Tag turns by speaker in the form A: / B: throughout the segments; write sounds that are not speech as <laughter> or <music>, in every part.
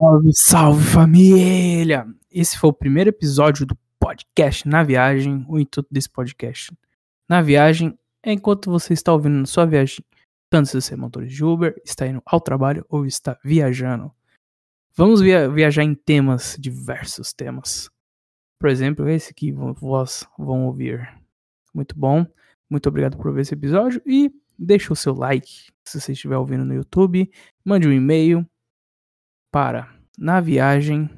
A: Salve, salve família! Esse foi o primeiro episódio do podcast Na Viagem, o intuito desse podcast. Na viagem é enquanto você está ouvindo na sua viagem, tanto se você é motorista de Uber, está indo ao trabalho ou está viajando. Vamos via- viajar em temas, diversos temas. Por exemplo, esse que vo- vós vão ouvir. Muito bom, muito obrigado por ver esse episódio e deixa o seu like se você estiver ouvindo no YouTube, mande um e-mail, para na viagem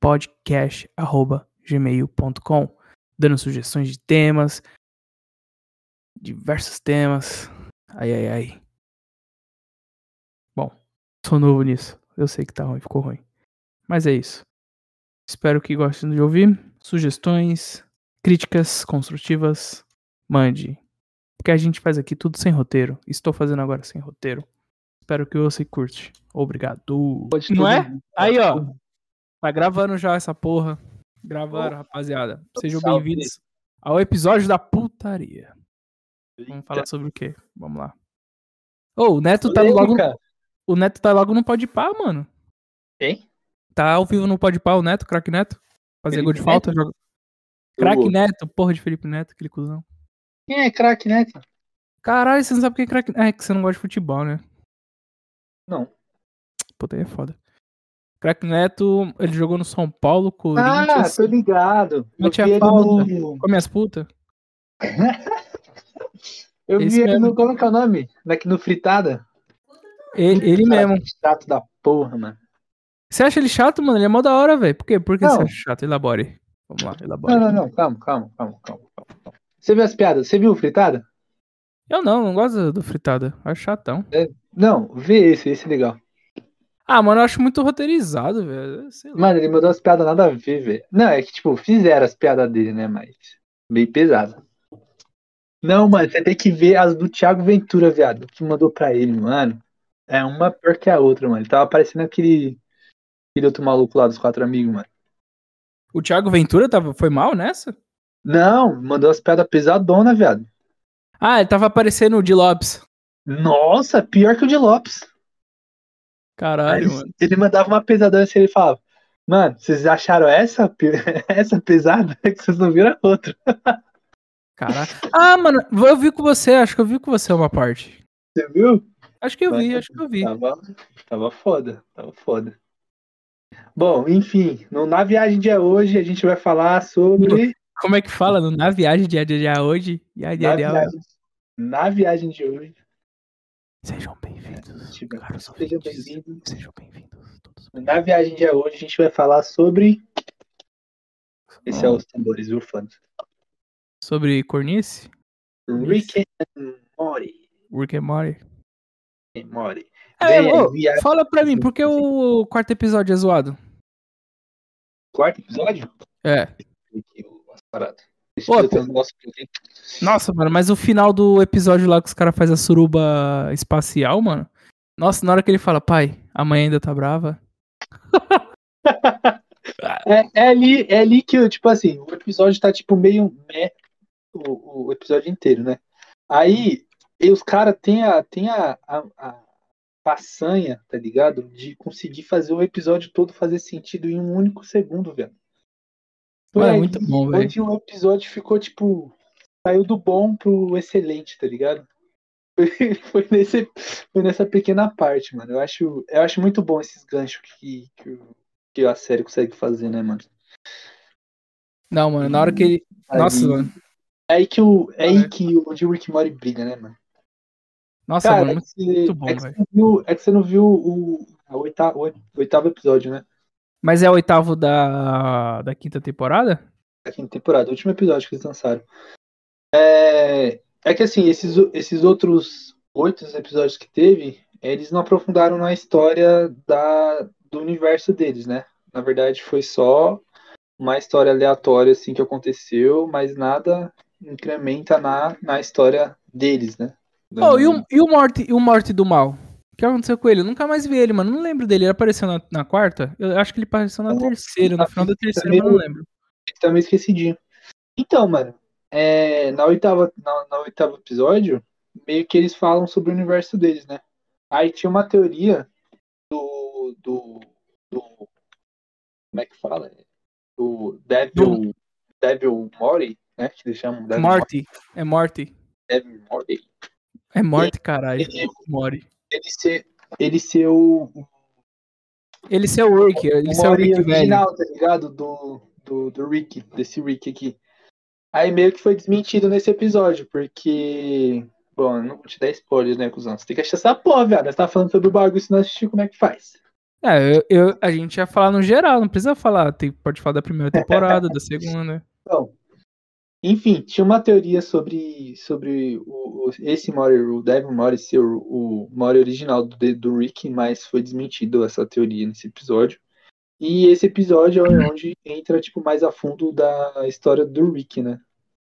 A: podcast@gmail.com, dando sugestões de temas, diversos temas. Ai ai ai. Bom, sou novo nisso. Eu sei que tá ruim, ficou ruim. Mas é isso. Espero que gostem de ouvir. Sugestões, críticas construtivas, mande. Porque a gente faz aqui tudo sem roteiro. Estou fazendo agora sem roteiro. Espero que você curte. Obrigado.
B: Pode né?
A: Não
B: todo
A: é?
B: mundo.
A: Aí, ó. Tá gravando já essa porra. Gravaram, rapaziada. Sejam
B: Salve.
A: bem-vindos ao episódio da putaria. Vamos falar
B: Eita,
A: sobre o quê? Vamos lá. Ô, o Neto tá logo.
B: polêmica.
A: O Neto tá logo no Pode Pá, mano.
B: Quem?
A: Tá ao vivo no Pode Pá, o Neto, craque Neto. Fazer
B: Felipe
A: gol de falta. Joga... Craque né? Neto, porra de Felipe Neto, aquele cuzão.
B: Quem é craque, né? cara?
A: Caralho, você não sabe quem é craque. É que você não gosta de futebol, né?
B: Não.
A: Puta, aí é foda. Craque Neto, ele jogou no São Paulo,
B: Ah,
A: Corinthians.
B: tô ligado. Eu
A: Mete
B: vi
A: a
B: ele
A: pauta.
B: no.
A: Come as putas?
B: Eu vi
A: Esse
B: ele
A: mesmo.
B: no. Como é que é o nome? Daqui no Fritada.
A: Ele, ele mesmo.
B: Cara, que Chato da porra, mano.
A: Você acha ele chato, mano? Ele é mó da hora, velho. Por quê? Por que
B: Não.
A: você acha chato? Elabore. Vamos lá, elabore.
B: Não, não, não. Calma, calma, calma, calma. calma, calma. Você viu as piadas? Você viu o Fritada?
A: Eu não, não gosto do fritada. Acho chatão.
B: Não, vê esse, esse é legal.
A: Ah, mano, eu acho muito roteirizado, velho. Sei lá.
B: Mano, ele mandou as piadas nada a ver, velho. Não, é que, tipo, fizeram as piadas dele, né? Mas. Bem pesada. Não, mano, você tem que ver as do Thiago Ventura, viado. Que mandou pra ele, mano. É uma pior que a outra, mano. Ele tava parecendo aquele. Aquele outro maluco lá dos quatro amigos, mano.
A: O Thiago Ventura tava, foi mal nessa?
B: Não, mandou as piadas pesadonas, viado.
A: Ah, ele tava aparecendo o de Lopes.
B: Nossa, pior que o de Lopes.
A: Caralho,
B: Mas
A: mano.
B: Ele mandava uma pesadona assim, ele falava. Mano, vocês acharam essa, pe- <laughs> essa pesada? <laughs> Que vocês não viram a outra.
A: Caralho. Ah, mano, eu vi com você, acho que eu vi com você uma parte.
B: Você viu?
A: Acho que eu vi, acho que eu vi.
B: assim, Tava, tava foda, tava foda. Bom, enfim, no Na Viagem de hoje a gente vai falar sobre.
A: Como é que fala? no- Na viagem de dia a dia hoje. E a dia
B: Na
A: dia
B: viagem, na viagem de hoje.
A: Sejam bem-vindos.
B: Sejam
A: caros
B: Sejam
A: ouvintes.
B: bem-vindos.
A: Sejam bem-vindos. Todos
B: Na viagem de hoje a gente vai falar sobre.
A: Ah.
B: Esse é os tambores urfando.
A: Sobre Cornice?
B: Rick and Morty.
A: Rick and Morty.
B: Rick and Morty.
A: É,
B: Vem aí,
A: ô,
B: viagem.
A: fala pra mim, por que o quarto episódio é zoado?
B: Quarto episódio?
A: É.
B: Aqui, umas paradas. Deixa
A: Ô,
B: eu ter um negócio aqui.
A: Nossa, mano, mas o final do episódio lá que os caras fazem a suruba espacial, mano. Nossa, na hora que ele fala, pai, amanhã ainda tá brava.
B: É, é ali, é ali que, tipo assim, o episódio tá tipo meio meh, o, o episódio inteiro, né? Aí e os caras têm a, tem a, a, a façanha, tá ligado? De conseguir fazer o episódio todo fazer sentido em um único segundo, velho.
A: Mano, é
B: aí
A: muito bom, velho.
B: Onde o episódio ficou, tipo, saiu do bom pro excelente, tá ligado? <laughs> Foi, foi nesse, foi nessa pequena parte, mano. Eu acho, eu acho muito bom esses ganchos que, que, o- que a série consegue fazer, né, mano?
A: Não, mano, na hora que ele. Nossa,
B: Aí-
A: mano.
B: É aí que o, é
A: Cara.
B: aí que o de Rick Mori brilha, né, mano?
A: Nossa,
B: Cara,
A: mano,
B: é
A: muito
B: que você-
A: muito bom,
B: é que você
A: velho.
B: não viu- é que você não viu o, a oita- o oitavo episódio, né?
A: Mas é o oitavo da, da quinta temporada?
B: Da quinta temporada, o último episódio que eles lançaram. É, é que assim, esses, o- esses outros oito episódios que teve, eles não aprofundaram na história da, do universo deles, né? Na verdade, foi só uma história aleatória, assim, que aconteceu, mas nada incrementa na, na história deles, né?
A: Oh, e o, e o Morte, e o Morte do Mal? O que aconteceu com ele? Eu nunca mais vi ele, mano. Não lembro dele. Ele apareceu na, na quarta? Eu acho que ele apareceu É, na
B: Eu-
A: terceira, no
B: na
A: final da terceira, mas
B: primeira-
A: eu não lembro.
B: que tá meio esquecidinho. Então, mano, é, na oitava, na, na oitava episódio, meio que eles falam sobre o universo deles, né? Aí tinha uma teoria do, do, do. Como é que fala? Do Devil. Devil Mori, né? Que eles chamam Devil
A: Morty. É Morty.
B: Devil Mori.
A: É Morty, caralho.
B: Ele,
A: Mori.
B: ele ser. Ele ser o. o
A: Ele é o Rick. Ele é o
B: Mori
A: Rick velho.
B: original, tá ligado? Do, do, do Rick, desse Rick aqui. Aí meio que foi desmentido nesse episódio, porque. Bom, eu não vou te dar spoiler, né, cuzão? Você tem que achar essa porra, velho. Você tá falando sobre o bagulho, se não assistir, como é que faz?
A: É, eu, eu- a gente ia falar no geral, não precisa falar. Tem, pode falar da primeira temporada, da segunda.
B: Então, enfim, tinha uma teoria sobre, sobre o, o- esse Mori, o Devil Mori ser o, o Mori original do, de- do Rick, mas foi desmentido essa teoria nesse episódio. E esse episódio é onde entra tipo mais a fundo da história do Rick, né?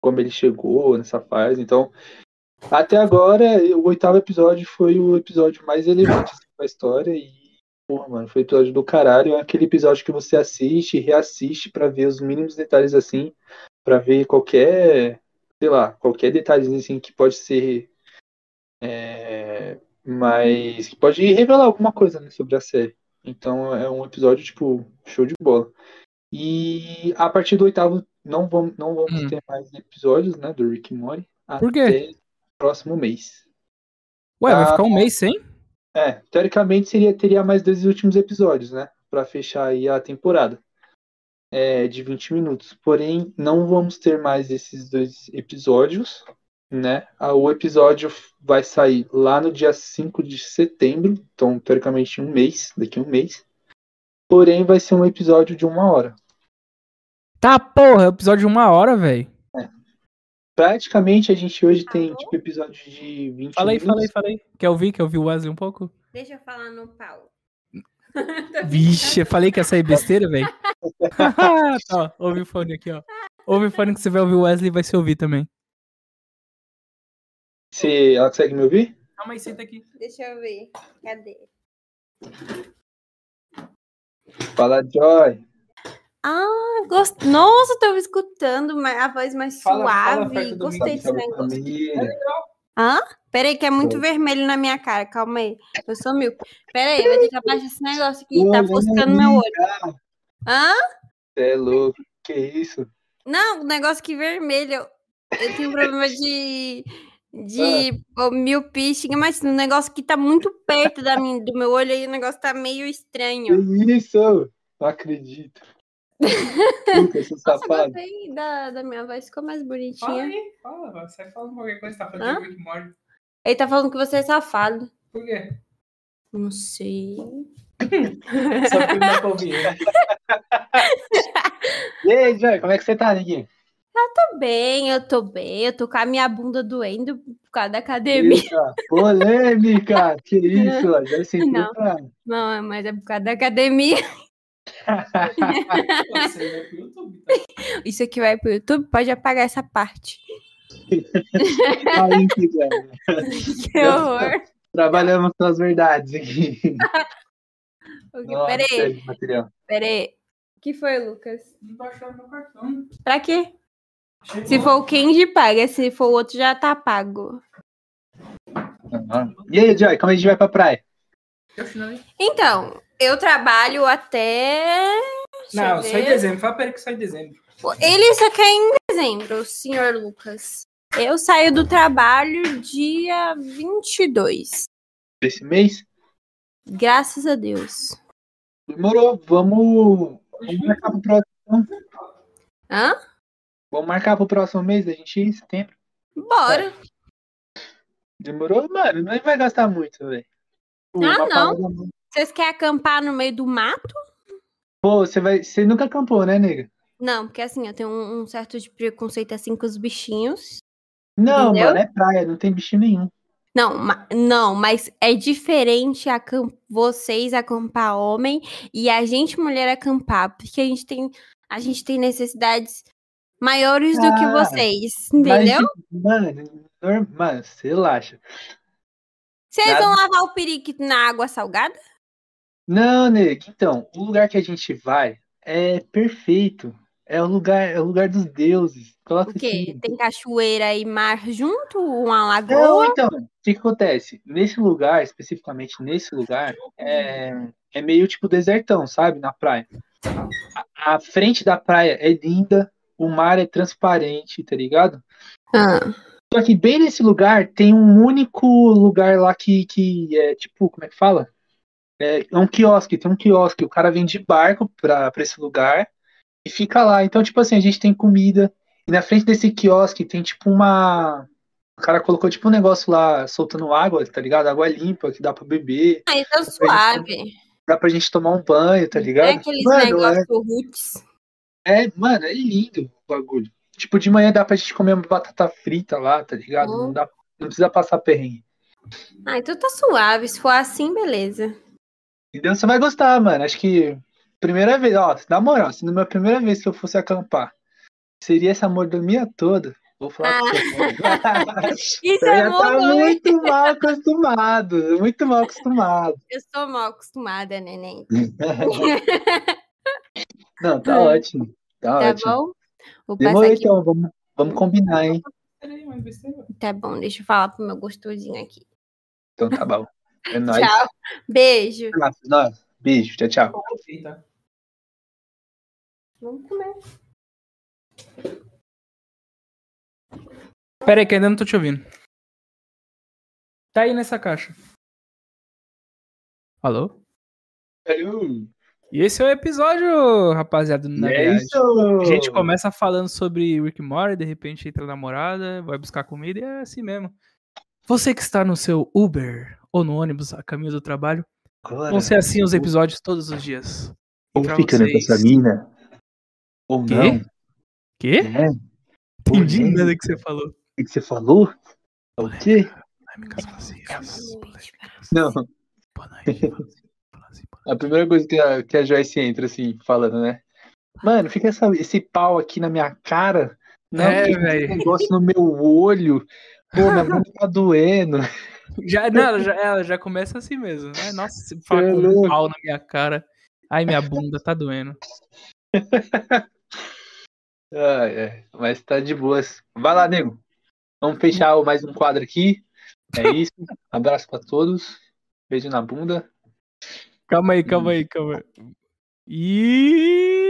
B: Como ele chegou nessa fase. Então, até agora, o oitavo episódio foi o episódio mais relevante assim, da história e Porra, mano, foi o episódio do caralho. É aquele episódio que você assiste e reassiste pra ver os mínimos detalhes assim pra ver qualquer, sei lá, qualquer detalhezinho assim que pode ser é, mas que pode revelar alguma coisa né, sobre a série. Então é um episódio tipo show de bola. E a partir do oitavo não vamos não vamos
A: Hum.
B: ter mais episódios, né, do Rick e Morty
A: Por quê?
B: até próximo mês.
A: Ué, vai
B: Ah,
A: ficar um mês sem?
B: É, teoricamente seria teria mais dois últimos episódios, né, Pra fechar aí a temporada. É, de 20 minutos. Porém, não vamos ter mais esses dois episódios, né? Ah, O episódio vai sair lá no dia 5 de setembro, então teoricamente em um mês, daqui a um mês. Porém, vai ser um episódio de uma hora.
A: Tá, porra, é um episódio de uma hora, velho.
B: Praticamente a gente hoje tem tipo episódio de 20
A: Fala aí,
B: minutos.
A: fala aí, fala aí. Quer ouvir? Quer ouvir o Wesley um pouco?
C: Deixa eu falar no pau.
A: Vixe, eu falei que ia sair besteira, velho. <laughs> tá, ó, ouve o fone aqui, ó. Ouve o fone que você vai ouvir o Wesley e vai se ouvir também.
B: Você, ela consegue me ouvir?
A: Calma aí, senta aqui.
C: Deixa eu ver. Cadê?
B: Fala, Joy.
C: Ah, gost... Nossa, tava escutando ma- a voz mais
A: Fala- fala
C: suave.
A: perto do
C: Gostei desse
B: Salve, salve,
C: negócio.
B: família.
C: Peraí, que é muito
B: Oi.
C: vermelho na minha cara. Calma aí. Eu sou míope. Peraí, vai ter que abaixar esse negócio aqui.
B: Ô,
C: Tá
B: olha
C: buscando
B: aí,
C: meu olho. Hã?
B: Cê é louco. Que isso?
C: Não, o negócio aqui vermelho. Eu- Eu tenho um problema de. De
A: Ah.
C: oh, miopia, estigma, mas o negócio que tá muito perto da minha, do meu olho aí, o negócio tá meio estranho.
B: Que isso? Não
C: <laughs>
B: acredito. Lucas, seu
C: Nossa,
B: safado.
C: gostei da, da minha voz, ficou mais bonitinha.
A: aí, fala. Você fala qualquer coisa, tá
C: falando de Hã?
A: Rick Morty.
C: Ele tá falando que você é safado.
A: Por quê?
C: Não sei.
A: Só porque não é pra ouvir.
B: E aí, Joy, como é que você tá, Neguinho?
C: Tô bem, eu tô bem. Eu tô com a minha bunda doendo por causa da academia.
B: Eita, polêmica! Que isso? ó, Já sentou
C: Não.
B: pra.
C: <laughs> Não, é- mas é por causa da academia.
A: Você vai pro YouTube, tá?
C: Isso aqui vai pro YouTube, pode apagar essa parte. <laughs>
B: Aí, que velho.
C: Que <laughs> horror.
B: Trabalhamos com as verdades aqui. Nossa,
C: Peraí,
B: sério, material.
C: peraí. O que foi, Lucas?
A: Não tô achando meu cartão.
C: Pra quê? Se for o Kenji, paga. Se for o outro, já tá pago.
B: Aham. E aí, Joy, como a gente vai pra praia?
C: Então, eu trabalho até. Deixa eu ver.
A: dezembro. Fala pra ele que sai em dezembro.
C: Ele só quer em dezembro, o senhor Lucas. Eu saio do trabalho dia 22.
B: Esse mês?
C: Graças a Deus.
B: Demorou. Vamos,
C: Uhum.
B: vamos marcar pro próximo.
C: Hã?
B: Vamos marcar pro próximo mês, a gente ir em setembro.
C: Bora.
B: Demorou, mano. Não vai gastar muito, velho. Uma
C: Ah, não.
B: parada
C: Vocês querem acampar no meio do mato?
B: Pô, você vai. Você nunca acampou, né, nega?
C: Não, porque assim, eu tenho um, um certo de preconceito assim com os bichinhos.
B: Não,
C: Entendeu?
B: mano, é praia, não tem bichinho nenhum.
C: Não, ma- não, mas é diferente acam- vocês acampar homem e a gente mulher acampar, porque a gente tem, a gente tem necessidades maiores do que
B: Ah,
C: vocês, entendeu?
B: Mas, mano, norm- mano, você relaxa.
C: Vocês vão lavar o periquito na água salgada?
B: Não, nega, então, o lugar que a gente vai é perfeito. É o lugar, é o lugar dos deuses. Coloca
C: O quê?
B: assim.
C: <laughs> Tem cachoeira e mar junto? Uma
B: Não,
C: lagoa?
B: então, o que que acontece? Nesse lugar, especificamente nesse lugar, é, é meio tipo desertão, sabe? Na praia. A, a frente da praia é linda, o mar é transparente, tá ligado?
C: Ah,
B: Só que bem nesse lugar tem um único lugar lá que, que é tipo, como é que fala? É, é um quiosque, tem um quiosque. O cara vem de barco pra, pra esse lugar e fica lá. Então, tipo assim, a gente tem comida. E na frente desse quiosque tem tipo uma. O cara colocou tipo um negócio lá soltando água, tá ligado? Água limpa que dá pra beber.
C: mas é suave.
B: Dá pra gente tomar um banho, tá ligado?
C: É aqueles
B: Mano, é-
C: negócios roots.
B: é, mano, é lindo o bagulho. Tipo, de manhã dá pra gente comer uma batata frita lá, tá ligado?
C: Hum.
B: Não, dá, não precisa passar perrengue.
C: Ah, então tá suave. Se for assim, beleza.
B: Entendeu? Você vai gostar, mano. Acho que primeira vez, ó, na moral, se na minha primeira vez que eu fosse acampar, seria essa mordomia toda. Vou falar pra
C: <laughs>
B: você. <laughs>
C: Isso
B: Eu
C: é
B: já
C: bom,
B: tá
C: também.
B: muito mal acostumado, muito mal acostumado.
C: Eu sou mal
B: <laughs>
C: acostumada, neném.
B: É, Não, tá ótimo, tá,
C: <laughs> Hum. tá
B: ótimo.
C: bom? Vou passar
B: Demorou
C: aqui.
B: então, vamos, vamos combinar, hein?
C: Tá bom, deixa eu falar pro meu gostosinho aqui.
B: Então tá bom. É nóis.
C: Tchau. Beijo.
B: Abraço, nós. Beijo, tchau, tchau.
C: Vamos comer.
A: Pera aí, que ainda não tô te ouvindo. Tá aí nessa caixa. Alô?
B: Valeu.
A: E esse é o episódio, rapaziada, do Na
B: É
A: Viagem.
B: isso!
A: A gente começa falando sobre Rick and Morty, de repente entra a namorada, vai buscar comida e é assim mesmo. Você que está no seu Uber ou no ônibus a caminho do trabalho,
B: Agora,
A: vão ser assim os episódios todos os dias.
B: ou
A: pra
B: ficando com
A: vocês.
B: essa mina, ou
A: Quê?
B: não.
A: Quê?
B: Né?
A: Entendi
B: Ou nem.
A: nada que você falou.
B: O que você falou? É o quê?
A: Polêmicas vazias. polêmicas.
B: Não,
A: assim, Boa noite. Fala assim, boa
B: a primeira coisa que a, que a Joyce entra, assim, falando, né? Mano, fica essa- esse pau aqui na minha cara. Não,
A: É,
B: fica
A: velho.
B: esse negócio no meu olho. Pô, minha mão tá doendo.
A: noite. Já, não, ela já, ela já começa assim mesmo, né? Nossa, você fala
B: É
A: com um
B: louco.
A: pau na minha cara. Ai, minha bunda tá doendo.
B: Ah, é. Mas tá de boas. Vai lá, nego. Vamos fechar o- mais um quadro aqui. É isso. Abraço pra todos. Beijo na bunda.
A: Hum. Calma aí, calma aí, calma aí. E...